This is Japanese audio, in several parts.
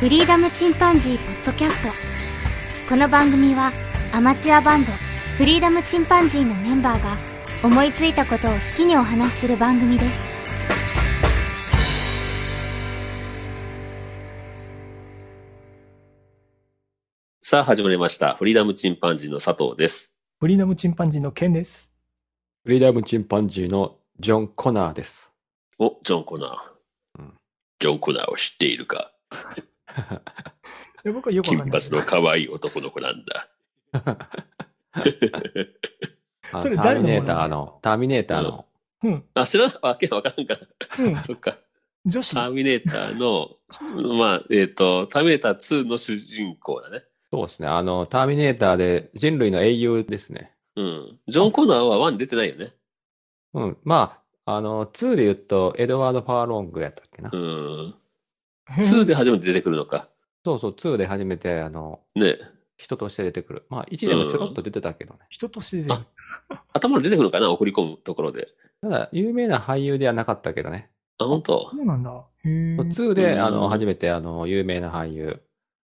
フリーダムチンパンジーポッドキャストこの番組はアマチュアバンドフリーダムチンパンジーのメンバーが思いついたことを好きにお話しする番組ですさあ始まりました。フリーダムチンパンジーの佐藤です。フリーダムチンパンジーのケンです。フリーダムチンパンジーのジョン・コナーです。お、ジョン・コナー。うんジョン・コナーを知っているかいや僕はよくわ金かん髪ない。の可愛い男の子なんだ。あそれタ誰のーミネーターの、ターミネーターの、うん、あ、知らないわけわからんかうんら。、そっか。 女子タ。ーミネーターの、まあ、えっ、と、ターミネーター2の主人公だね。そうですね。あの、ターミネーターで人類の英雄ですね。うん。ジョン・コナーは1出てないよね。うん。まあ、あの、2で言うと、エドワード・ファーロングやったっけな。うん。うん2で初めて出てくるのか。そうそう、2で初めて、あの、ね人として出てくる。まあ、1でもちょろっと出てたけどね。人としてあ頭に出てくるのかな送り込むところで。ただ、有名な俳優ではなかったけどね。あ、本当そうなんだ。へえ。 2で、あうんの、初めて、あの、有名な俳優。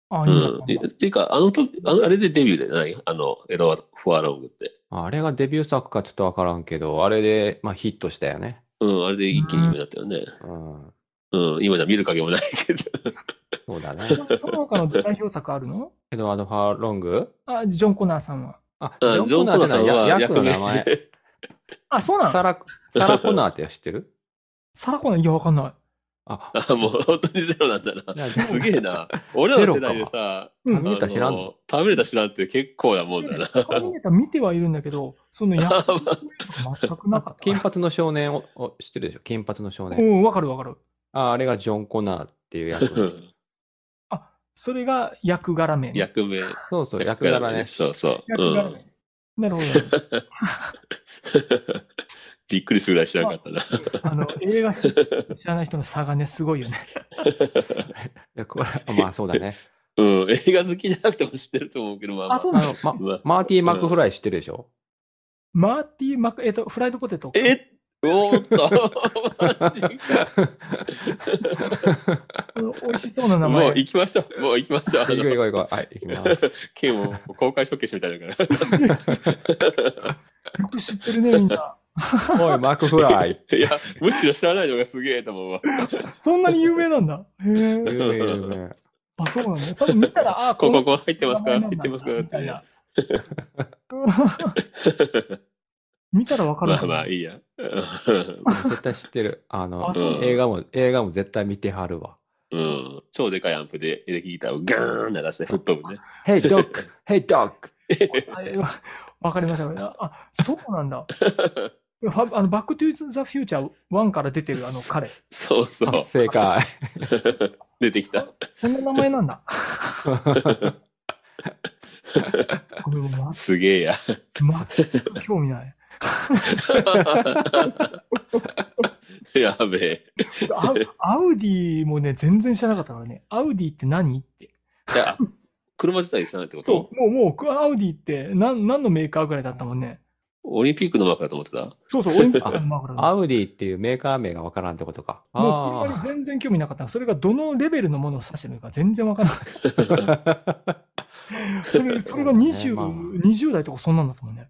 あ、う。いいなんいっていうか、あのと、あのあれでデビューでないあの、エドワード・フォアロングって。まああれがデビュー作かちょっとわからんけど、あれで、まあ、ヒットしたよね。うん、あれで一気に有名だったよね。うん。うん、今じゃ見る影もないけ ど。そ うだね。そその他の代表作あるのエドワード・ファーロングあ、ジョン・コナーさんは。あ、ジあジョョン・ン・コナーコナーささんんはは役役名ので名前。あ、そうなサの ラ、サラ・コナーって知ってるサラコナーいや、わかんない。あ、あ、もう本当にゼロなんだな。すげえな。俺らの世代でさ、うんターミネーター知らんあののターミネーター知らんって結構なもんだな。ターミネーター見てはいるんだけど、その役とか全くなかった金。髪の少年をを知ってるでしょ金髪の少う年。ん、わかるわかる。あ、あれがジョン・コナーっていう役。それが役柄名。役名。そうそう、役柄ね。そうそう。う役柄ん、名。なるほ ど。びっくりするぐらい知らなかったな。あの、映画知知らない人の差がね、すごいよね。いやこれまあそうだね。うん、映画好きじゃなくても知ってると思うけど、 まあ、まあ。あ、そうなあのの、まうわマーティー・マクフライ知ってるでし ょマーティー・マク、えっと、フライドポテト。えおーっと、マジか。あの美味しそうな名前。もう行きましょう。もう行きましょう。あ行こう行この、う行こう。はい、行きます。剣を公開処刑してみたいだから。よく知ってるね、みんな。おい、マクフライ。いや、むしろ知らないのがすげえと思うわ。そんなに有名なんだ。へ有え。名有名あ、そうなの、ね、多分見たら、あ、ここ、このこ入ってますか名前な入んだってますかっみたいなて。。見たらわかるまかあもまあ、いいや。、絶対知ってる。あのあそう映画も、映画も絶対見てはるわ。うん。超でかいアンプでエレキギターをガーン鳴らして吹っ飛ぶね。 Hey, Doc! Hey, Doc! あえわわかりました。これあ、そうなんだ。ファあのバック・トゥ・ザ・フューチャー1から出てるあの彼。そうそあう。正解。出てきた。そんな名前なんだ。ごめん、ごめんすげえや。 ま全く興味ない。やべえ。アウアウディもね、全然知らなかったからね。アウディって何って。いや車自体知らないってことそう、もう、もう、アウディって何何のメーカーぐらいだったもんね。オリンピックのマークだと思ってたそうそう、オリンピックのマークだったアウディっていうメーカー名がわからんってことか。もう車あに全然興味なかった。それがどのレベルのものを指してるのか全然 わからない。あ。それそれがそうだねま 20, 20代とかそんなんだったもんね。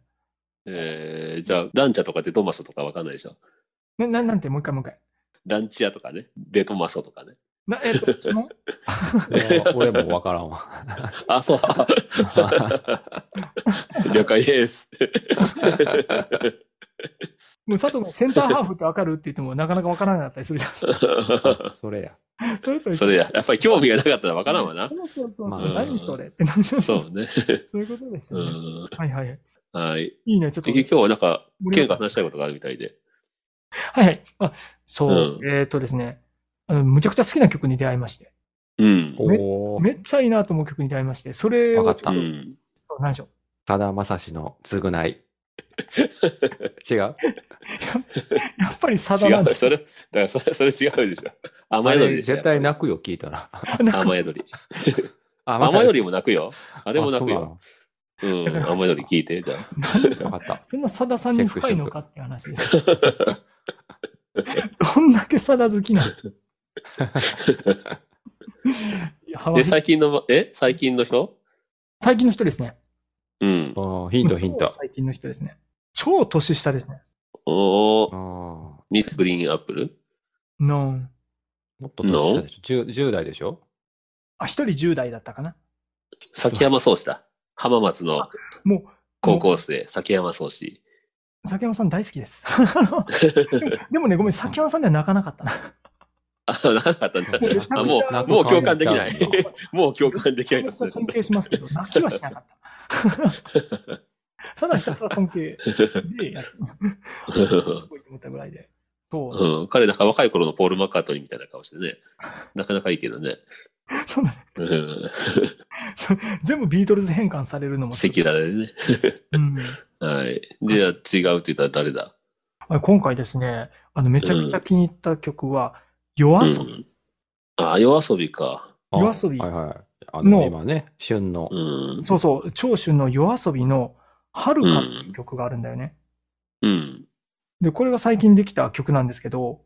えー、じゃあ、ランチャとかデトマソとかわかんないでしょな、ななんて、もう一回もう一回。ランチアとかね。デトマソとかね。な、えっ、 と、昨日俺もわからんわ。あ、 そう。了解です。もう佐藤のセンターハーフってわかるって言ってもなかなかわからなかったりするじゃん。 それや。それと一そ緒れや、やっぱり興味がなかったらわからんわな。そうそうそう。まあ何それって何それそそうね。ういうことでしたうね。ん。はいはい。はい。いいね、ちょっと。今日はなんか、ケンがは話したいことがあるみたいで。いはい。あ、そう、うえっ、とですね。あの、むちゃくちゃ好きな曲に出会いまして。うん。おお。めっちゃいいなと思う曲に出会いまして。それを、わかっうたん。そう、何でしょう。さだまさしの 償い。違うやっぱりさだ違なんう。ですそれ、だからそれ、それ違うでしょ。あ雨宿りれでしょ。絶対泣くよ、聞いたら。雨宿り。あ 雨宿りりも泣くよ。ああれも泣くよ。。うん。雨宿り聞いて、じゃあ。そうなのわかっそんなさださんに深いのかって話です。 どんだけさだ好きなのいや、ハワで、イ最近のば、え最近の人最近の人ですね。うん。おーヒント、ヒント超。最近の人ですね。超年下ですね。おあーーミス・グリーン・アップルノン。もっと年下でしょ 10, 10代で しょあ、一人10代だったかな。崎山宗志だ。浜松のもう、高校生、崎山宗志。崎山さん大好きです。 あのでもでもね、ごめん、崎山さんでは泣かなかったな。あ、なかなかったんだ。めちゃくちゃあもなう、んかもう共感できな変いわっちゃ。もう共感できないと私は 尊敬しますけど、泣きはしなかった。ただひたすら尊敬でやっ こいいと思ったぐらいで。そう。うん、彼なんか若い頃のポール・マッカートニーみたいな顔して ね。なかなかいいけどね。そうだね。うん。全部ビートルズ変換されるのも赤裸々でね。うんはい。じゃあ違うって言ったら誰だあ今回ですね、あの、めちゃくちゃ気に入った曲は、夜遊び。うん、あ、夜遊びか。あー夜遊びはいはい。あの、の今ね、旬のう。ん。そうそう、長州の夜遊びの、春かっていう曲があるんだよね。うん。で、これが最近できた曲なんですけど、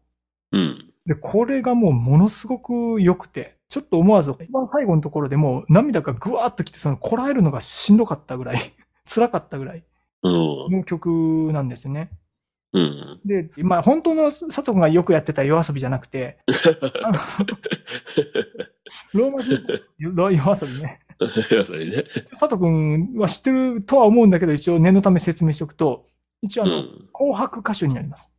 うん。で、これがもうものすごく良くて、ちょっと思わず、一番最後のところでもう涙がぐわーっときて、その、こらえるのがしんどかったぐらい、 辛かったぐらいうん。の曲なんですよね。うん。 で、まあ、本当の佐藤君がよくやってた夜遊びじゃなくて、あのローマ字の夜遊びね。夜遊びね。佐藤君は知ってるとは思うんだけど、一応念のため説明しておくと、一応うあの、ん。紅白歌手になります。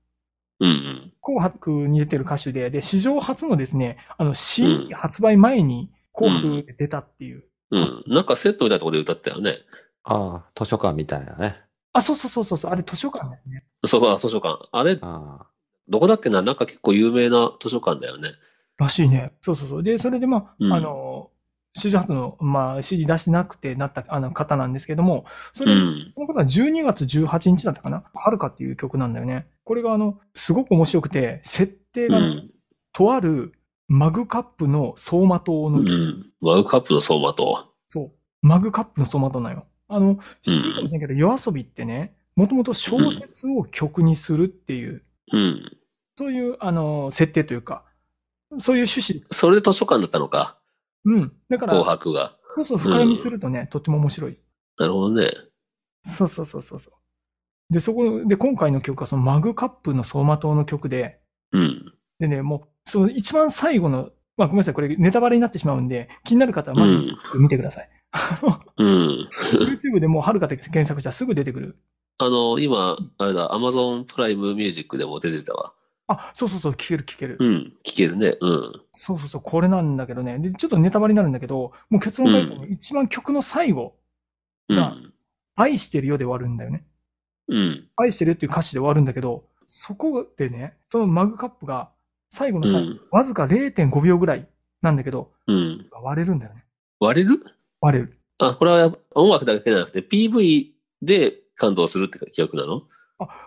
うん。紅白に出てる歌手で、で、史上初のですね、あの、うん CD 発売前に紅白で出たっていう。うん。なんかセットみたいなところで歌ったよね。ああ、図書館みたいなね。あ、そうそうそうそうそう、あれ図書館ですね。そうそう、あ図書館。あれ、あどこだっけななんか結構有名な図書館だよね。らしいね。そうそうそう。で、それでまあ、うんあの、史上初の、まあ、CD 出してなくてなったあの方なんですけども、それ、うん。この方は12月18日だったかなはるかっていう曲なんだよね。これがあの、すごく面白くて、設定うが、ん。とあるマグカップの走馬灯うの、ん。ワールドカップの相馬と。そう、マグカップの走馬灯なんよ。あの、知ってるかもしれないけど、夜遊びってね、もともと小説を曲にするっていう、うん。そういう、あの、設定というか、そういう趣旨。それで図書館だったのか。うん。だから、紅白が。そうそう、深読みするとね、とっても面白い。なるほどね。そうそうそうそうそう。で、そこで、今回の曲はそのマグカップの走馬灯の曲で、うん。でね、もう、その一番最後の、まあ、ごめんなさい、これネタバレになってしまうんで、気になる方はうまずん。見てください。うん。 YouTube でもう、はるかって検索したらすぐ出てくる。あの、今、あれだ、アマゾンプライムミュージックでも出てたわ。あ、そうそうそう、聞ける聞ける。うん。聞けるね。うん。そうそうそう、これなんだけどね。で、ちょっとネタバレになるんだけど、もう結論から言うとね、一番曲の最後、うん。愛してるよで終わるんだよね。うん。愛してるっていう歌詞で終わるんだけど、そこでね、そのマグカップが、最後のう最後、ん。わずか0.5秒ぐらいなんだけど、うん。割れるんだよね。割れる割れる。あ、これは音楽だけじゃなくて、PV で感動するって記憶なの、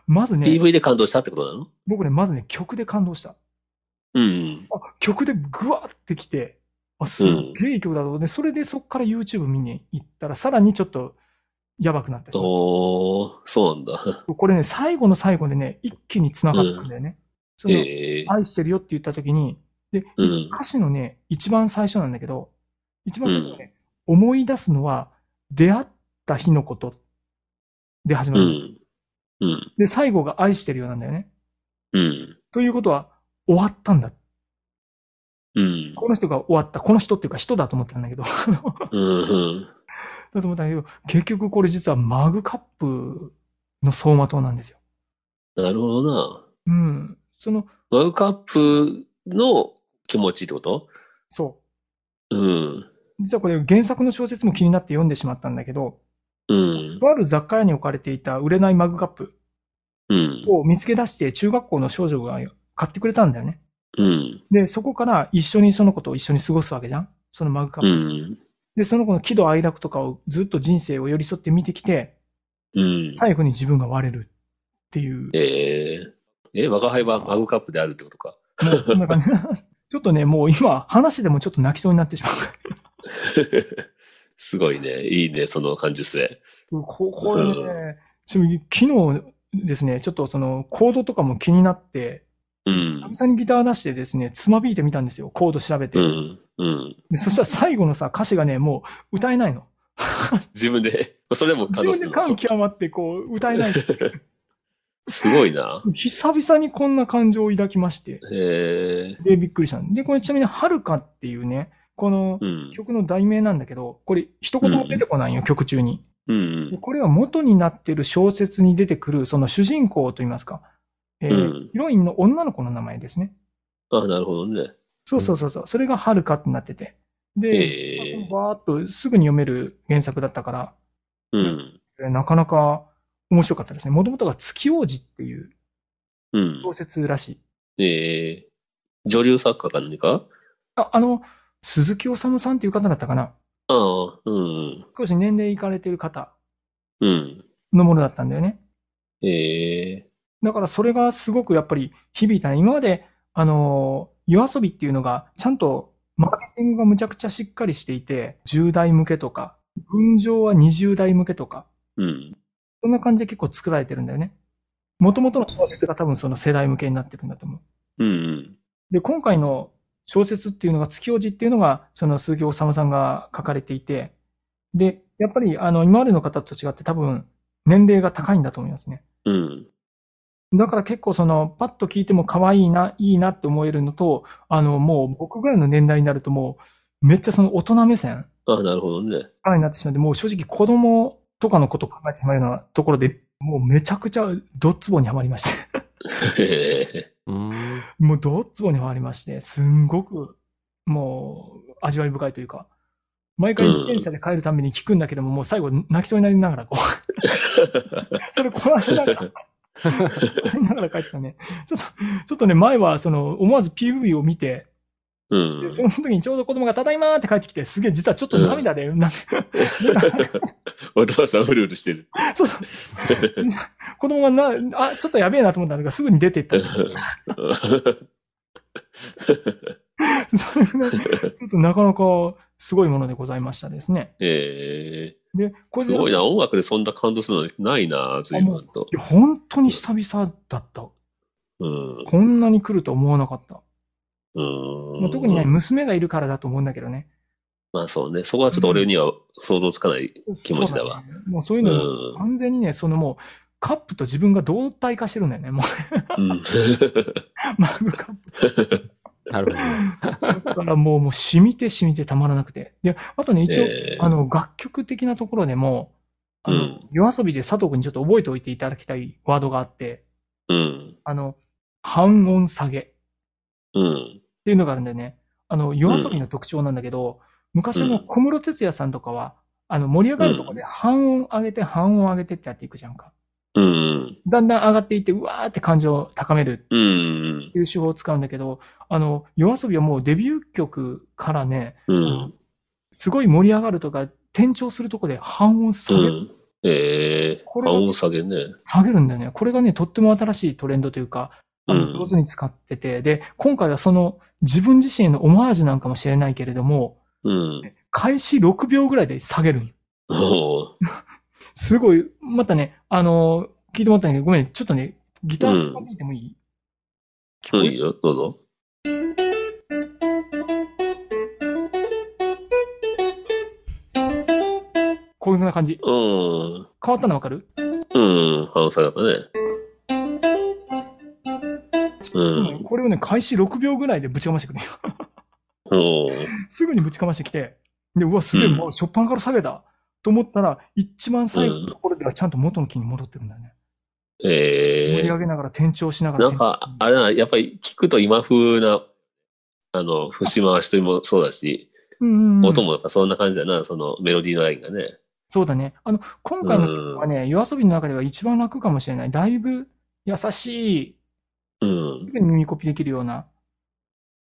まずね、 ?PV で感動したってことなの僕ね、まずね、曲で感動した。うん。あ、曲でグワってきて、あ、すっげえいい曲だと思って、それでそっから YouTube 見に行ったら、さらにちょっと、やばくなったしまうおー、そうなんだ。これね、最後の最後でね、一気に繋がったんだよね。その、ええ愛してるよって言った時に、で、うん歌詞のね、一番最初なんだけど、一番最初はね、思い出すのは、出会った日のことで始まうる。ん。うん。で、最後が愛してるよなんだよね。うん。ということは、終わったんだ。うん。この人が終わった。この人っていうか人だと思ってたんだけど。 うん。だと思ったんだけど、結局これ実はマグカップの走馬灯なんですよ。なるほどな。うん。その、ワールドカップの気持ちってことそうん。う。実はこれ原作の小説も気になって読んでしまったんだけど、うん。とある雑貨屋に置かれていた売れないマグカップうん。を見つけ出して中学校の少女が買ってくれたんだよね。うん。で、そこから一緒にその子と一緒に過ごすわけじゃんそのマグカップ。うん。で、その子の喜怒哀楽とかをずっと人生を寄り添って見てきて、うん。最後に自分が割れるっていう、えええ、我が輩はマグカップであるってことか。 もうこんな感じ。 ちょっとね、もう今、話でもちょっと泣きそうになってしまう。すごいね。いいね、その感受性。ここれね、ちなみに昨日ですね、ちょっとそのコードとかも気になって、うん。久々にギター出してですね、つまびいてみたんですよ、コード調べて。うん。うん。でそしたら最後のさ、歌詞がね、もう歌えないの。自分で、 それでも自感動分すでる感の。極まってこう、歌 えない。すごいな。久々にこんな感情を抱きまして。へえ。で、びっくりしたの。で、これちなみに、はるかっていうね、このうん。曲の題名なんだけど、これ一言も出てこないよ、曲中に。うん。これは元になってる小説に出てくる、その主人公といいますか、えーうんヒロインの女の子の名前ですね。あ、なるほどね。そうそうそうそう、それがはるかってなってて。で、ええ。バーっとすぐに読める原作だったから、うん。えーなかなか面白かったですね。もともとが月王子っていううん。小説らしい。ええ。女流作家か何かああの、鈴木治さんっていう方だったかな。ああ、うん。少し年齢いかれてる方うん。のものだったんだよね。ええ。だからそれがすごくやっぱり響いたね。今まで、あのー、夜遊びっていうのが、ちゃんとマーケティングがむちゃくちゃしっかりしていて、10代向けとか、分譲は20代向けとか、うん。そんな感じで結構作られてるんだよね。もともとの小説が多分その世代向けになってるんだと思うん。う。で、今回の小説っていうのが、月王子っていうのが、その鈴木治さんが書かれていて、で、やっぱりあの、今までの方と違って多分、年齢が高いんだと思いますね。うん。だから結構その、パッと聞いても可愛いな、いいなって思えるのと、あの、もう僕ぐらいの年代になるともう、めっちゃその大人目線あなるほどね。からになってしまって、もう正直子供とかのことを考えてしまうようなところで、もうめちゃくちゃドッツボにはまりまして。へえ。うーん。もうドッツボにはまりまして、すんごく、もう、味わい深いというか、毎回自転車で帰るために聞くんだけども、もう最後泣きそうになりながら、こう、 それこらえながら、笑いながら書いてたね。ちょっと、ちょっとね、前は、その、思わず PV を見て、うんで。その時にちょうど子供がただいまーって帰ってきて、すげえ、実はちょっと涙で、なお父さんうるうるして る。そうそう。子供がな、あ、ちょっとやべえなと思ったのが、すぐに出て いった。それがちょっとなかなかすごいものでございましたですね。ええ。で、これすで、ごいな。音楽でそんな感動するのないな、随分と。いや本当に久々だった。うん。こんなに来ると思わなかった。うまあん。特にね、娘がいるからだと思うんだけどね。まあそうね。そこはちょっと俺には想像つかない。気持ちだわそうねもうそういうのにうん完全にね、そのもう、カップと自分が同体化してるんだよね。もうん。う、 マグカップ。なるほど。だからもう、もう染みて染みてたまらなくて。で、あとね、一応、ええあの、楽曲的なところでも、あの、うん夜遊びで佐藤君にちょっと覚えておいていただきたいワードがあって、 うん。あの、半音下げっうん。ていうのがあるんだよね。あの、夜遊びの特徴なんだけど、昔の小室哲哉さんとかは、あの、盛り上がるところで半音上げて半音上げてってやっていくじゃんか。うん。だんだん上がっていって、うわーって感情を高めるうんっ。ていう手法を使うんだけど、あの、夜遊びはもうデビュー曲からね、うん。すごい盛り上がるとか、転調するとこで半音下げ,、うん。ええこれは半音下げね。下げるんだよね。これがね、とっても新しいトレンドというか、あうのん上手に使ってて、で、今回はその自分自身へのオマージュなんかもしれないけれども、うん。開始6秒ぐらいで下げるんよおうすごい、またね、あの、聞いてもらったんだけど、ごめん、ちょっとね、ギター使っていてもいい、聞こうんえいいよ、どうぞ。こういうふうな感じ。うん。変わったのわかるうん。半音下げだったね。うん。これをね、開始6秒ぐらいでぶちかましてくるよ。おう すぐにぶちかましてきて、で、うわ、すげえ、うんもう、しょっぱなから下げた。と思ったら、一番最後のところではちゃんと元の木に戻ってるんだよね。盛ええり上げながら転調しながら。なんか、あれな、やっぱり聞くと今風な、あの、節回しともそうだし、うんうんうん音もなんかそんな感じだな、そのメロディーのラインがね。そうだね。あの、今回の曲はね、夜遊びの中では一番楽かもしれない。だいぶ優しい、うん。すぐに耳コピできるような。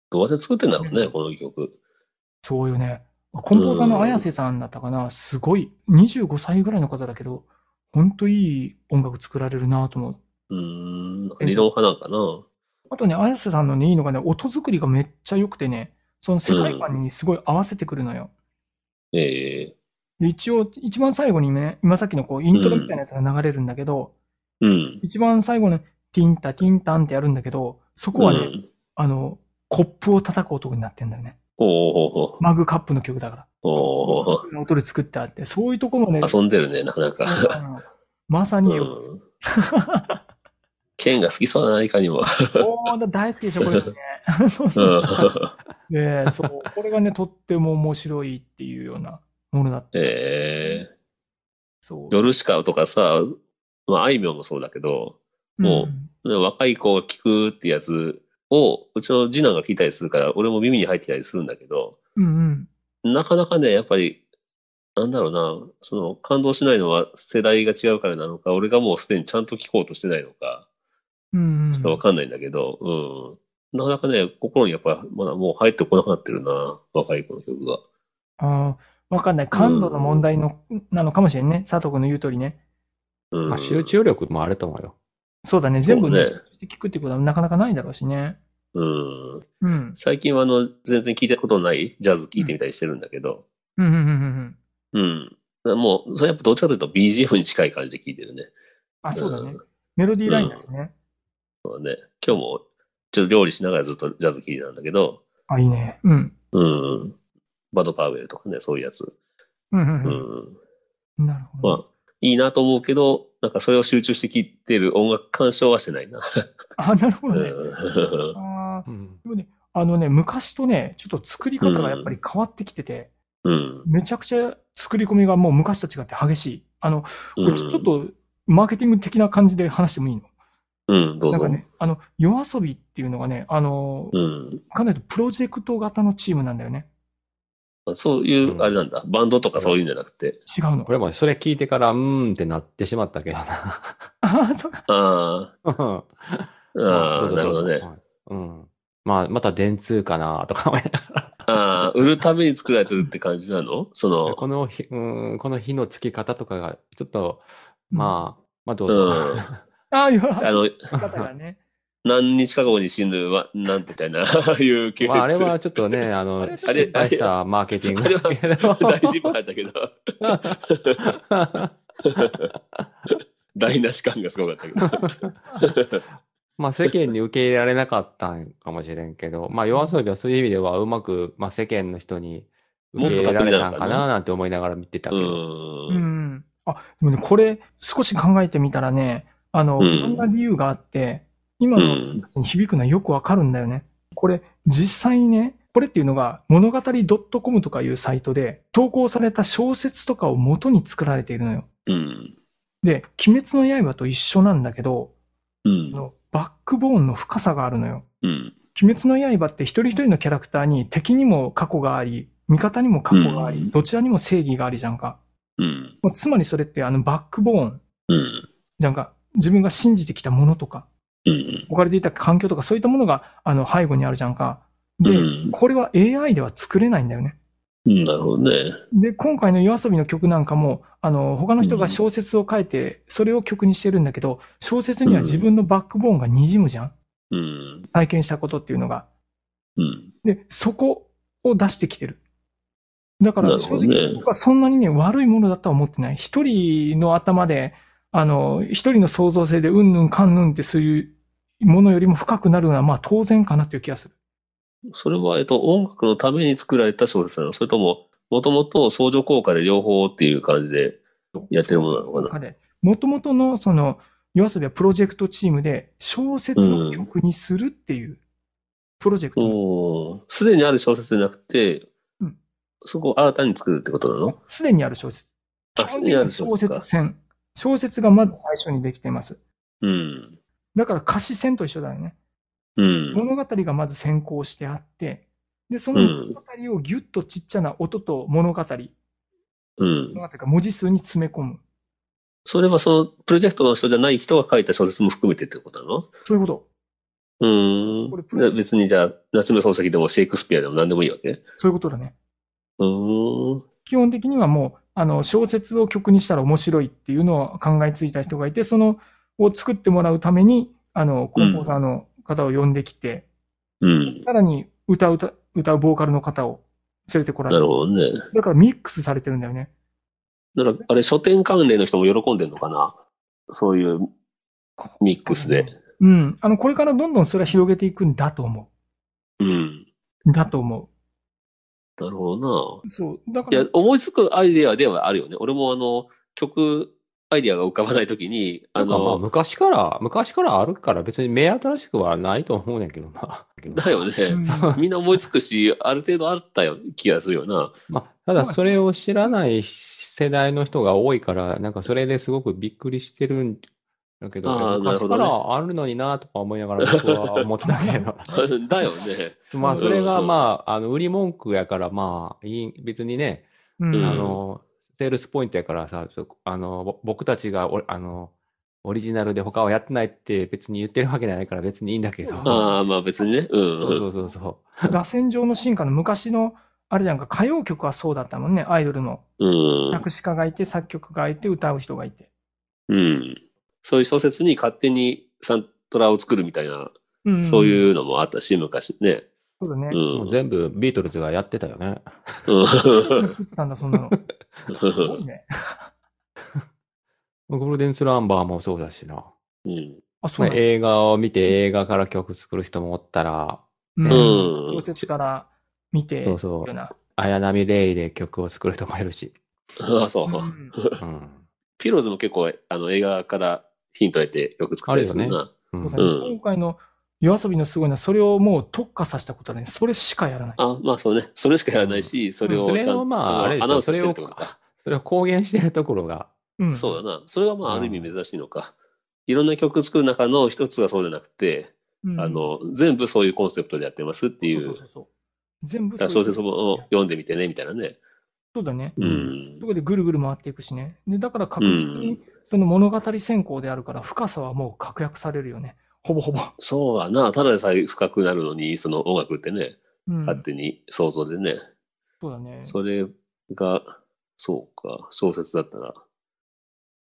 どうやって作ってんだろうね、この曲。そうよね。コンポーザーの綾瀬さんだったかな。すごい。25歳ぐらいの方だけど、ほんといい音楽作られるなと思う。うーん。理論派なんかな。あとね、綾瀬さんのね、いいのがね、音作りがめっちゃ良くてね、その世界観にすごい合わせてくるのよ。ええで、一応、一番最後にね、今さっきのこう、イントロみたいなやつが流れるんだけど、うん。一番最後のティンタティンタンってやるんだけど、そこはね、うんあの、コップを叩く音になってんだよね。ほうほうほうマグカップの曲だから。おー音で作ってあって、そういうところもね、遊んでるね、なかなか。あのまさによ、うん。剣が好きそうだな、いかにも。おー大好きでしょ、これね。 そうう。そうんで、そう、これがね、とっても面白いっていうようなものだった。ええそう。ヨルシカとかさ、まあ、あいみょんもそうだけど、もうん若い子が聞くってやつを、うちの次男が聞いたりするから、俺も耳に入ってきたりするんだけど、うんうん。なかなかね、やっぱり、なんだろうな、その感動しないのは世代が違うからなのか、俺がもうすでにちゃんと聞こうとしてないのか、うんうんちょっとわかんないんだけど、うん。なかなかね、心にやっぱ、まだもう入ってこなくなってるな、若い子の曲が。あーわかんない。感度の問題の、なのかもしれんね。佐藤君の言う通りね。うん。まあ、集中力もあると思うよ。そうだね。全部ね、そうね集中して聞くってことはなかなかないだろうしね。うん。うん。最近はあの、全然聞いたことないジャズ聞いてみたりしてるんだけど、うんうんうんうんうん。うん。もう、それやっぱどっちかというと BGM に近い感じで聞いてるね。あ、そうだねうん。メロディーラインだしね。そうだね。今日も、ちょっと料理しながらずっとジャズ聴いてたんだけど、あ、いいね。うん。うん。バド・パウエルとかね、そういうやつ。うんううん。うんん。なるほど。まあ、いいなと思うけど、なんかそれを集中して聴いてる音楽鑑賞はしてないな。あ、なるほうどね。ん。あーうん。あのね、昔とね、ちょっと作り方がやっぱり変わってきてて、うん。めちゃくちゃ作り込みがもう昔と違って激しい。あの、こうれんちょちょっ、とマーケティング的な感じで話してもいいの、うん、どうなんぞか。ね、あの、夜遊びっていうのがね、あの、うん。かなりプロジェクト型のチームなんだよね。そういう、あれなんだ。バンドとかそういうんじゃなくて。違うの。俺もそれ聞いてから、うーんってなってしまったけどな。 ああ、そうか。 あうあ、ん ああ、なるほど。うねぞ。うぞはいうん。まあ、また電通かなとか思いながああ、売るために作られてるって感じなのそら、の、 この日、うん、この日の付き方とかが、ちょっと、あ。まあ、まあどううぞ。ん。ああ、夜遊あの、び方がね。何日か後に死ぬは、なんてみたいな、 ああいう系列。まあ、あれはちょっ とね、あの、あれ失あれ敗したマーケティングだけど。 大失敗だったけど、 台無し感がすごかったけど。まあ、世間に受け入れられなかったんかもしれんけど、まあ、夜遊びはそういう意味では、うまく、まあ、世間の人に受け入れられたんかななんて思いながら見てたけうど。ん。ううん。ん。あ、でもね、これ、少し考えてみたらね、あの、うんいろんな理由があって、今の人に響くのはよくわかるんだよね。これ、実際にね、これっていうのが、物語 .com とかいうサイトで、投稿された小説とかを元に作られているのよ。うん。で、鬼滅の刃と一緒なんだけど、うあん。のバックボーンの深さがあるのよ。うん。鬼滅の刃って一人一人のキャラクターに敵にも過去があり、味方にも過去があり、うんどちらにも正義がありじゃんか。うん。もうつまりそれってあのバックボーンうん。じゃんか。自分が信じてきたものとか、うん。置かれていた環境とかそういったものがあの背後にあるじゃんか。で、うんこれは AI では作れないんだよね。うんなるほどね。で、今回の夜遊びの曲なんかも、あの、他の人が小説を書いて、それを曲にしてるんだけど、小説には自分のバックボーンが滲むじゃん。うん。体験したことっていうのが。うん。で、そこを出してきてる。だかならるほ正どね直僕はそんなにね、悪いものだとは思ってない。一人の頭で、あの、一人の創造性でうんぬんかんぬんってするものよりも深くなるのはまあ当然かなという気がする。それは、えっと、音楽のために作られた小説なのそれとも、もともと相乗効果で両方っていう感じでやってるものなのかな他で。もともとのその、夜遊びはプロジェクトチームで小説を曲にするっていうプロジェクト。おーすでにある小説じゃなくてうん、そこを新たに作るってことなのすでにある小説。あすでにある小小説か説線。小説がまず最初にできています。うん。だから歌詞線と一緒だよね。うん。物語がまず先行してあって、で、その物語をギュッとちっちゃな音と物語、うん。物語が文字数に詰め込む。それはそのプロジェクトの人じゃない人が書いた小説も含めてってことなのそういうこと。うこれプーロん。別にじゃあ、夏目漱石でもシェイクスピアでも何でもいいわけうそういうことだね。ーん。基本的にはもう、あの、小説を曲にしたら面白いっていうのを考えついた人がいて、その、を作ってもらうために、あの、コンポーザーの方を呼んできて、うん。さらに歌うた、歌うボーカルの方を連れてこらなれるて、ほどね。だからミックスされてるんだよね。だから、あれ、書店関連の人も喜んでるのかなそういうミックスで。うん。あの、これからどんどんそれは広げていくんだと思うん。う。だと思う。なるほどそう。だかな。いらや、、思いつくアイデアではあるよね。俺もあの、曲、アイデアが浮かばないときに、ああの、まあ、の、昔から、昔からあるから別に目新しくはないと思うねんけどな。だようね。んみんな思いつくし、ある程度あったよ気がするよな。 まあ、ただそれを知らない世代の人が多いから、なんかそれですごくびっくりしてるんだけど、あーなる昔ほかどねらあるのになとか思いながら僕は思ってた けど。だよね。まあそれがうんまあ、あの、売り文句やから、まあ、いい別にね、うんうんあの、セールスポイントやからさ、そあの、ぼ僕たちがお、あの、オリジナルで他はやってないって別に言ってるわけじゃないから別にいいんだけど。ああ、まあ別にね。うそうんそ。うそうそう。螺旋状の進化の昔の、あれじゃんか、歌謡曲はそうだったもんね、アイドルも。うん。作詞家がいて、作曲家がいて、歌う人がいて。うん。そういう小説に勝手にサントラを作るみたいな、うんそうう。いうのもあったし、昔ね。そうだう。ね。もうん全部ビートルズがやってたよね。うん作ってたんだ、そんな の。すごいね。ゴールデンスランバーも そうだしな。うん。あ、そうまなあんだ。映画を見て映画から曲作る人もおったら、うんうん小説から見て、そうそうよな綾波レイで曲を作る人もいるし。あそうう。んうん。ピローズも結構、あの、映画からヒント得てよく作ったりするな。うそんうだねうん今回の夜遊びのすごいのは、それをもう特化させたことだね。それしかやらない。あまあそうね。それしかやらないし、それをそれちゃをんまあ、あれでとアナウしょンスそしれてるをってことか。それを公言してるところが、うんそうだな。それはまあある意味珍しいのか。いろんな曲作る中の一つがそうじゃなくて、うんあの、全部そういうコンセプトでやってますっていそううそう。そうそう。全部だかそうら小いう説も読んでみてね、みたいなね。そうだね。うそん。こでぐるぐる回っていくしね。で、だから確実うにその物語先行であるから深さはもう確約されるよね。ほぼほぼ。そうだな。ただでさえ深くなるのに、その音楽ってね、うん。勝手に想像でね。そうだね。それが、そうか、小説だったら。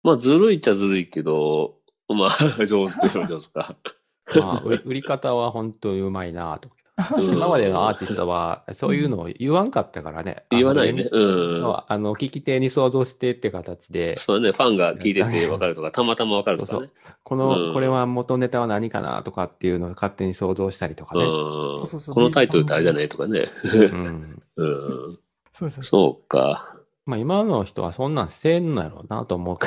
まあ、ずるいっちゃずるいけど、まあ、上手といえば上手か。まあ、売り 売り方は本当にうまいなと。うん今までのアーティストは、そういうのを言わんかったからね。言わないね。うあん。の。あの、聞き手に想像してって形で、そうだね、ファンが聞いてて分かるとか、たまたま分かるとかね。こうんの、これは元ネタは何かなとかっていうのを勝手に想像したりとうかね。んそうそうそうこのタイトルってあれじゃねとかね。うん。うん。そうですよそうか。まあ今の人はそんなんせんのやろうなと思う か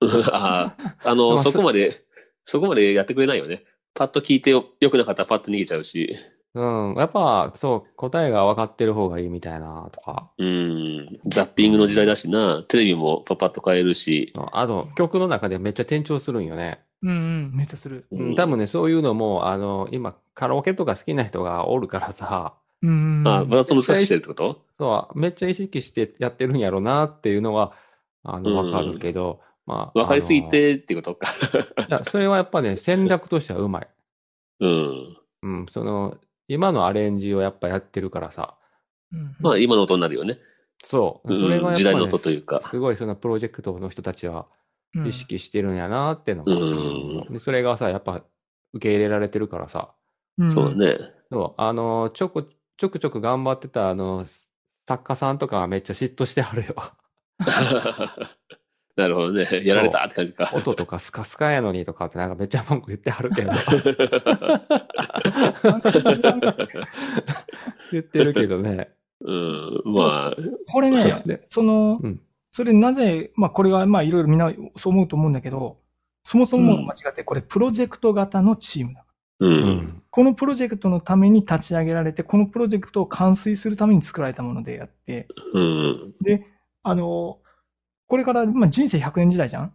ら。ああ、あの、まあそそこまで、そこまでやってくれないよね。パッと聞いてよ良くなかったらパッと逃げちゃうし。うん。やっぱ、そう、答えが分かってる方がいいみたいなとか。うん。ザッピングの時代だしな、テレビもパパッと変えるし。あと、曲の中でめっちゃ転調するんよね。うんうん。めっちゃする。うん、多分ね、そういうのも、あの、今、カラオケとか好きな人がおるからさ、うんうん。あ、わざと難しくしてるってことそう、めっちゃ意識してやってるんやろうなっていうのは、あうんの、わかるけど、まあ。わかりすぎてってことか。あの。いやそれはやっぱね、戦略としてはうまい。 うん。うん、その、今のアレンジをやっぱやってるからさ、うんまあ今の音になるよね。そう、それうはん、や時っ代ぱのね音というか。 すごいそのプロジェクトの人たちはうん意識してるんやなってのが、うんでそれがさ、やっぱ受け入れられてるからさ、うんそうだ ね。そう、あの、ちょこ、ちょくちょく頑張ってた、あの、作家さんとかはめっちゃ嫉妬してあるよ。 なるほどね。やられたって感じか。音とかスカスカやのにとかってなんかめっちゃ文句言ってはる けど。言ってるけどね。 うん。まあ、 これねで、そのうん、それなぜ、まあこれが、まあいろいろみんなそう思うと思うんだけど、そもそも間違って、これプロジェクト型のチームだ。う。うんん。このプロジェクトのために立ち上げられて、このプロジェクトを完遂するために作られたものであって、うん。あの、これから、まあ、人生100年時代じゃん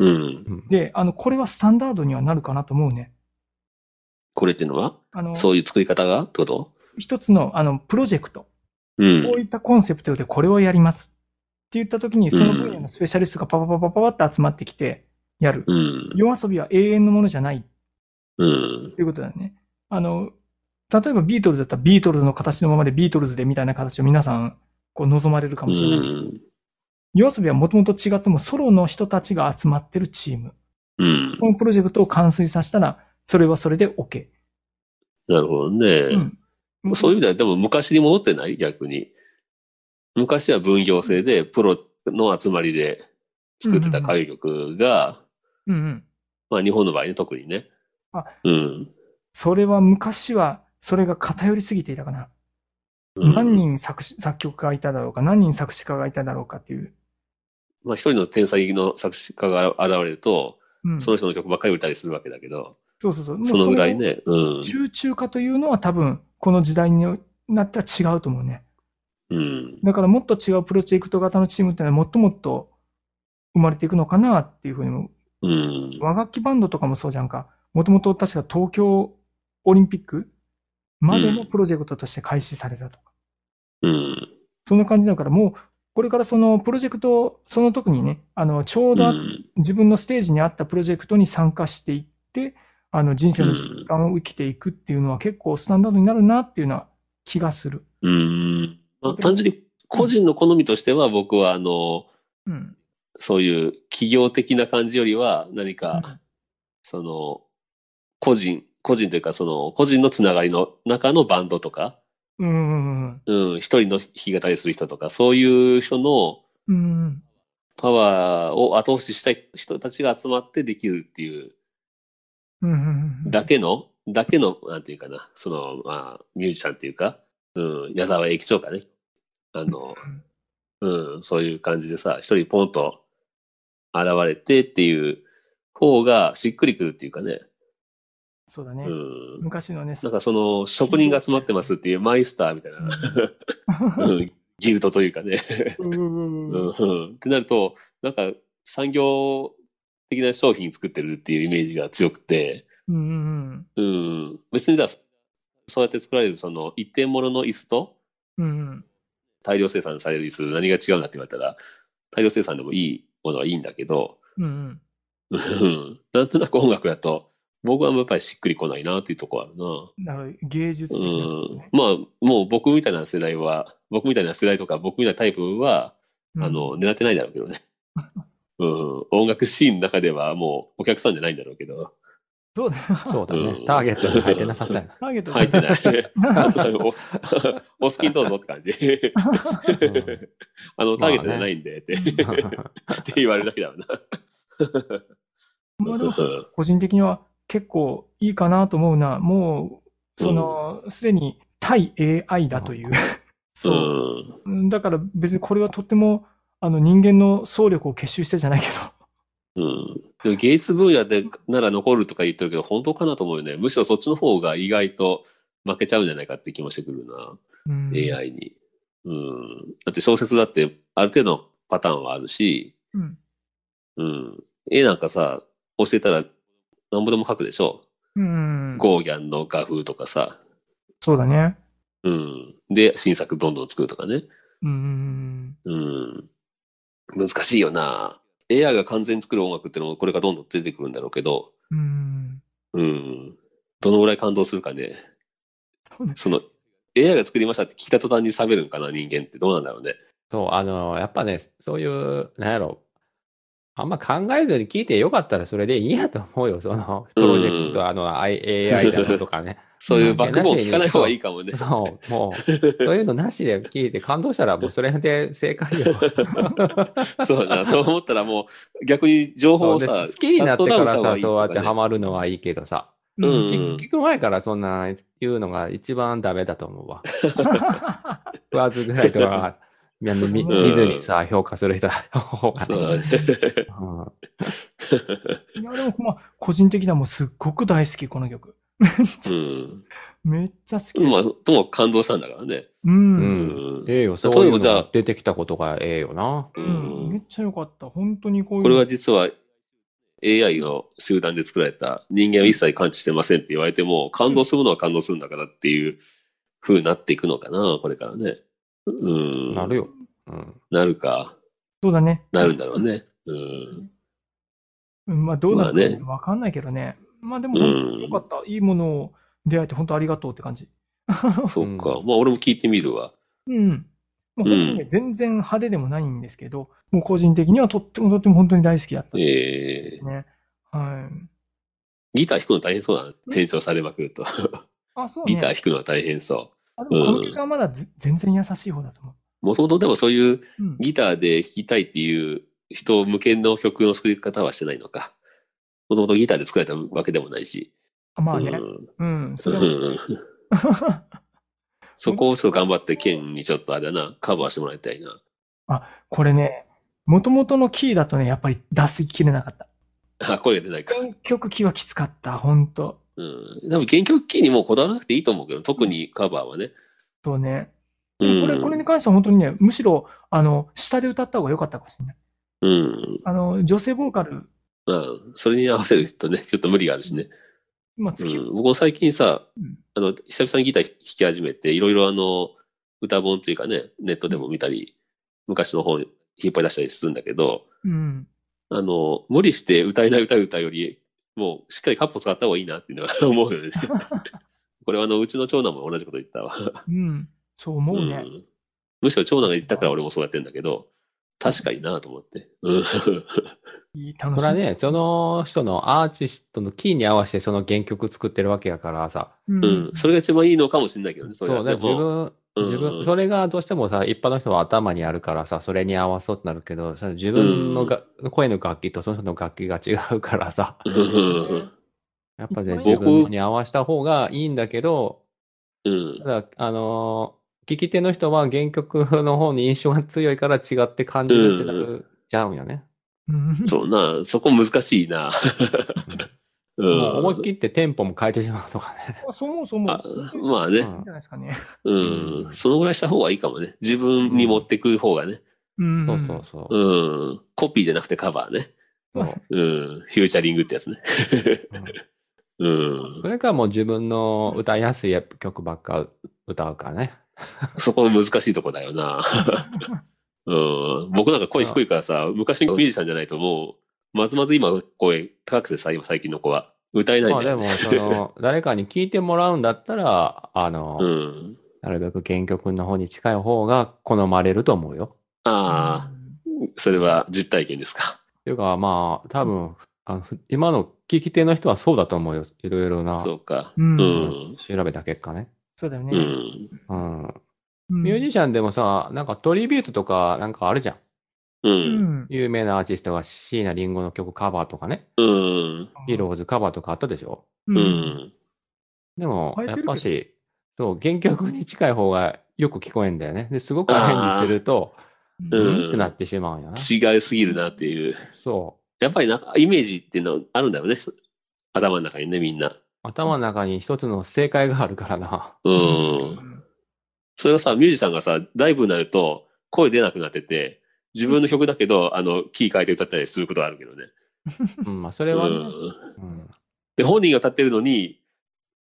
うん。で、あの、これはスタンダードにはなるかなと思うね。これっていうのはあの、そういう作り方がってこと一つの、あの、プロジェクト。う。こうんいったコンセプトでこれをやります。って言った時に、その分野のスペシャリストがパパパパパパって集まってきて、やる。うん。夜遊びは永遠のものじゃないっうん。ていうことだよね。あの、例えばビートルズだったらビートルズの形のままでビートルズでみたいな形を皆さん、こう望まれるかうもしれない。ん。夜遊びはもともと違ってもソロの人たちが集まってるチーム。うん。このプロジェクトを完遂させたら、それはそれで OK。なるほどうね。ん。そういう意味では、でも昔に戻ってない逆に。昔は分業制で、プロの集まりで作ってた歌謡曲が、うんうん。まあ日本の場合ね、特にね。あうん。それは昔は、それが偏りすぎていたかな。うん何人作詞作曲家がいただろうか、何人作詞家がいただろうかっていう。まあ、一人の天才の作詞家が現れると、うん、その人の曲ばっかり売ったりするわけだけど、そうそうそう。もうそのぐらいね、うんその。集中化というのは多分、この時代になったら違うと思うね。うん。だからもっと違うプロジェクト型のチームっていうのはもっともっと生まれていくのかなっていうふうにも、うん。和楽器バンドとかもそうじゃんか。もともと確か東京オリンピックまでのプロジェクトとして開始されたとか。うん。そんな感じだからもう、これからそのプロジェクト、その時にね、あの、ちょううどあん。自分のステージに合ったプロジェクトに参加していって、あの、人生の時間を生きていくっていうのは結構スタンダードになるなっていうのは気がする。うん。まあ、単純に個人の好みとしては僕はあの、うん。そういう企業的な感じよりは何か、その、個人、個人というかその、個人のつながりの中のバンドとか、うんうんうん、一人の弾き語りする人とか、そういう人のうん。うん。パワーを後押ししたい人たちが集まってできるっていううんうんうん。だけの、だけの、なんていうかな、その、まあ、ミュージシャンっていうか、うん、矢沢永吉とかね、あの、うん、そういう感じでさ、一人ポンと現れてっていう方がしっくりくるっていうかね、そうだねう。ん。昔のね、なんかその、職人が集まってますっていうマイスターみたいな、うん、ギルドというかね、うんううんうんん、うんうんってなると、なんか産業的な商品作ってるっていうイメージが強くて、うんうん、別にじゃあ、そうやって作られるその一点物の椅子とうんうん大量生産される椅子、何が違うなって言われたら、大量生産でもいいものはいいんだけど、うんうんなんとなく音楽だと、僕はやっぱりしっくりこないなっていうところあるな。なるほど芸術的なとこうんね、まあ、もう僕みたいな世代は、僕みたいな世代とか僕みたいなタイプは、うんあの、狙ってないだろうけどね。うん、音楽シーンの中ではもうお客さんじゃないんだろうけど、そうだよ。 そうだうねん。ターゲットに入ってなさそうや な。ターゲット入っ てない。お お好きにどうぞって感じ。あの、ターゲットじゃないんでっ て,、って言われるだけだろうな。まあでも個人的には結構いいかなと思うな。もう、その、すでに対 AI だという。うそう。うんだから別にこれはとっても、あの人間の総力を結集してじゃないけど。ん。うん。でも芸術分野でなら残るとか言ってるけど、本当かなと思うよね。むしろそっちの方が意外と負けちゃうんじゃないかって気もしてくるな。うん、 AI に。うん。だって小説だってある程度のパターンはあるし、うん。うん。絵なんかさ、教えたら何ぼでも書くでしょ。うん。ゴーギャンの画風とかさ。そうだね。うん。で、新作どんどん作るとかね。うん。うん。難しいよな。AI が完全に作る音楽ってのもこれからどんどん出てくるんだろうけど、うん。うん。どのぐらい感動するかね。そうねその、AI が作りましたって聞いた途端に冷めるんかな、人間って。どうなんだろうね。そう、あの、やっぱね、そういう、なんやろ、あんま考えずに聞いてよかったらそれでいいやと思うよ、 その、プロジェクト、あの、I- AI だのと かね。そういうバックボーン聞かない方がいいかもね。そう、もう、そういうのなしで聞いて感動したらもうそれで正解 よ。そうだな、そう思ったらもう、逆に情報そうをでさ、好きになってからシャットダウさ、ンしたそう方がいいとかやっねてハマるのはいいけどさ、う聞 ん。聞く前からそんな言うのが一番ダメだと思うわ。食わずぐらい とか、みんな見うん見ずにさ、評価する人は方がそねうだね。うんいや、でも、まあ、個人的にはもうすっごく大好き、この曲。うん。めっちゃ好き。まあ、とも感動したんだからね。う。うんんうん。ええ例よ、えばそういうのじゃがあ出てきたことがええよな。ううん。めん。っちゃ良かった。本当にこういう。これは実は AI の集団で作られた人間は一切感知してませんって言われても、感動するのは感動するんだからっていう風になっていくのかな、これからね。うん。なるよ。うん。なるか。そうだね。なるんだろうね。うん。うんまあ、どうなまあるねかわかんないけどね。まあ、でも、うんよかった。いいものを出会えて、本当ありがとうって感じ。そっか。うんまあ、俺も聞いてみるわ。うん。もう本当にね全然派手でもないんですけど、もう個人的にはとってもとっても本当に大好きだったんでええすね。はい。ギター弾くの大変そうだな。転調されまくると。あ、そうね。ギター弾くのは大変そう。あでもこうのん曲はまだぜ全然優しい方だと思もともとでもそういうう。うん。ギターで弾きたいっていう人向けの曲の作り方はしてないのか。もともとギターで作られたわけでもないし。あまあね。うんうん。それうは、んそこをちょっと頑張って、県にちょっとあれだな、カバーしてもらいたいな。 これね、元々のキーだとね、やっぱり出しきれなかった。あ、声が出ないか。原曲キーはきつかった、本当うん。でも原曲キーにもうこだわらなくていいと思うけど、特にカバーはね。そうね。うん。これ、これに関しては本当にね、むしろ、あの、下で歌った方が良かったかもしれない。うん。あの、女性ボーカル、まあ、それに合わせるとね、 ちょっと無理があるしね。今う月、ん、僕も最近さうん、あの、久々にギター弾き始めて、いろいろあの、歌本というかね、ネットでも見たり、昔の本引っ張り出したりするんだけど、うん。あの、無理して歌えない歌う歌より、もうしっかりカップを使った方がいいなっていうのは思うよね。これはあの、うちの長男も同じこと言ったわ。うん。そう思うね。ん、むしろ長男が言ったから俺もそうやってんだけど、確かになと思って。うん。いい、楽しそみ。れはね、その人のアーティストのキーに合わせてその原曲作ってるわけやからさ。ううん。それが一番いいのかもしれないけどね、そそうれはだね。から自分、うん自うん分、それがどうしてもさ、一般の人は頭にあるからさ、それに合わそうってなるけど、その自分のが、声の楽器とその人の楽器が違うからさ、うんうんやっぱね、僕自分に合わせた方がいいんだけど、うん。ただ、あのー聞き手の人は原曲の方に印象が強いから違って感じるってなるちゃうんよね。うんそうな、そこ難しいな。うもう思いっん。きってテンポも変えてしまうとかね。そう思う、そう思うあ。まあね、いいんじゃないですかね。うん。そのぐらいした方がいいかもね。自分に持ってく方がね。うん。そうそうそうう。ん。コピーじゃなくてカバーね。そううん。フューチャリングってやつね。うんそ。れからもう自分の歌いやすい曲ばっか歌うからね。そこ難しいとこだよな。うん。僕なんか声低いからさ、昔のミュージシャンじゃないともう、まずまず今声高くてさ、今最近の子は。歌えないんまあだでよね。も、そ の、誰かに聞いてもらうんだったら、あの、うん。なるべく原曲の方に近い方が好まれると思うよ。ああ、それは実体験ですか。っていうか、まあ、多分、あのふ今の聞き手の人はそうだと思うよ。いろいろな、そうか。うんううんん。調べた結果ね。そうだようね。ん。うん。ミミュージシャンでもさ、なんかトリビュートとかなんかあるじゃん。う。うんん。有名なアーティストが椎名林檎の曲カバーとかね。うん。ヒーローズカバーとかあったでしょう。うんん。でも、変えやてるっけどぱし、そう、原曲に近い方がよく聞こえんだよね。で、すごく変にすると、あーううんんってなってしまうんやな。違いすぎるなっていう。そう。やっぱりなんか、イメージっていうのあるんだよね。頭の中にね、みんな。頭の中に一つの正解があるからな。 う。。うんそれがさ、ミュージシャンがさ、ライブになると、声出なくなってて、自分の曲だけど、あの、キー変えて歌ったりすることはあるけどね。うん、まあ、それうはね、ん。うんで、本人が歌ってるのに、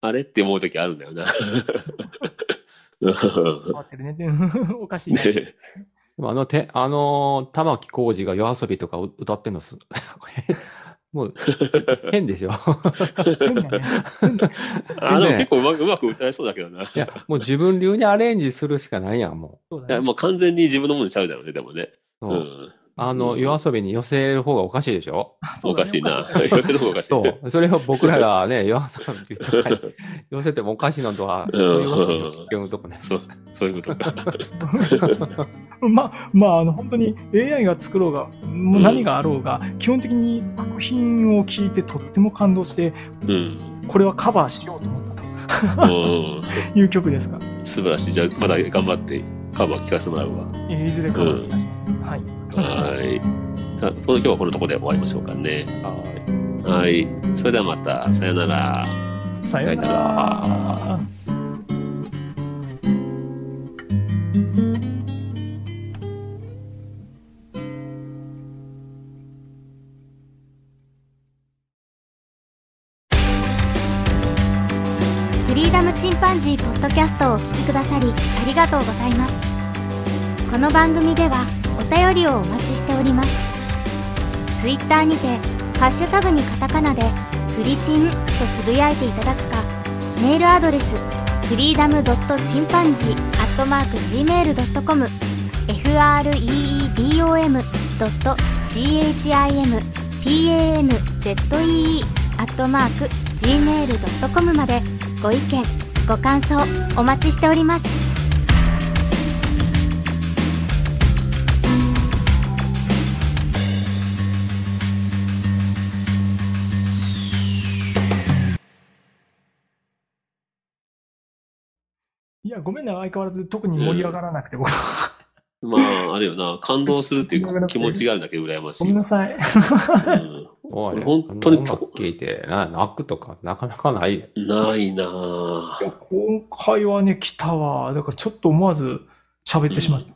あれって思うときあるんだよな。うん変わってるね。で お かしいね。ねでもあの、て、あのー、玉置浩二が夜遊びとかう歌ってんのす、 もう、変でしょ 変だね。あ、でも結構うまく、うまく歌えそうだけどな。いいや、もう自分流にアレンジするしかないやん、もそうだや、ね。もう完全に自分のものにしちゃうだろうね、でもね。う。う。そうんあの、夜遊びに寄せる方がおかしいでしょそうおだねかしいな。おかしい寄せる方がおかしい。そう。それを僕らがね、夜遊びとかに寄せてもおかしいのとは、うんそういうわけよ結局のとこね。そう、そういうことか。まあ、まあ、あの、本当に AI が作ろうが、もう何があろうが、基本的に作品を聞いてとっても感動して、うん。これはカバーしようと思ったとうんいう曲ですが、素晴らしい。じゃあ、まだ頑張ってカバー聞かせてもらうわ。えーいずれカバーいたします。はい。はい。じゃあ、その今日はこのところで終わりましょうかね。はい。はい。それではまた、さよなら。さようなさよら。フリーダムチンパンジーポッドキャストをお聞きくださりありがとうございますこの番組ではお便りをお待ちしておりますツイッターにてハッシュタグにカタカナでフリチンとつぶやいていただくかメールアドレスフリーダムドットチンパンジーアットマーク gmail.com freedom ドット chimpanzee アットマーク gmail.com までご意見ご感想お待ちしておりますいや、や、ごめんな、相変わらず特に盛り上がらなくて、僕は。まあ、あれよな、感動するっていう気持ちがあるだけ羨ましごいめんなわ。さい。うんそうね本当にあんな音楽聴いて、な泣くとか、なかなかないよ。ないなぁいや今回はね、来たわ。だからちょっと思わず喋ってしまった。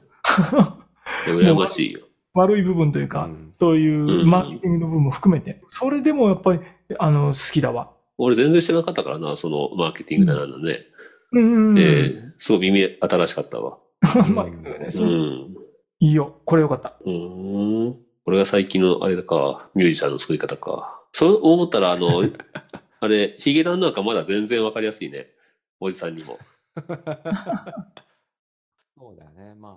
羨ましいよ。悪い部分というか、うんそういうんうマーケティングの部分も含めて、それでもやっぱり、あの、好きだわ。俺全然知らなかったからな、そのマーケティングだなんだね。うん。えーすごい耳新しかったわ。う まいことねう。そうんいいよ。これよかった。うーん。これが最近のあれだか、ミュージシャンの作り方か。そう思ったら、あ の、あれ、ヒゲダンなんかまだ全然わかりやすいね。おじさんにも。そうだよね、ま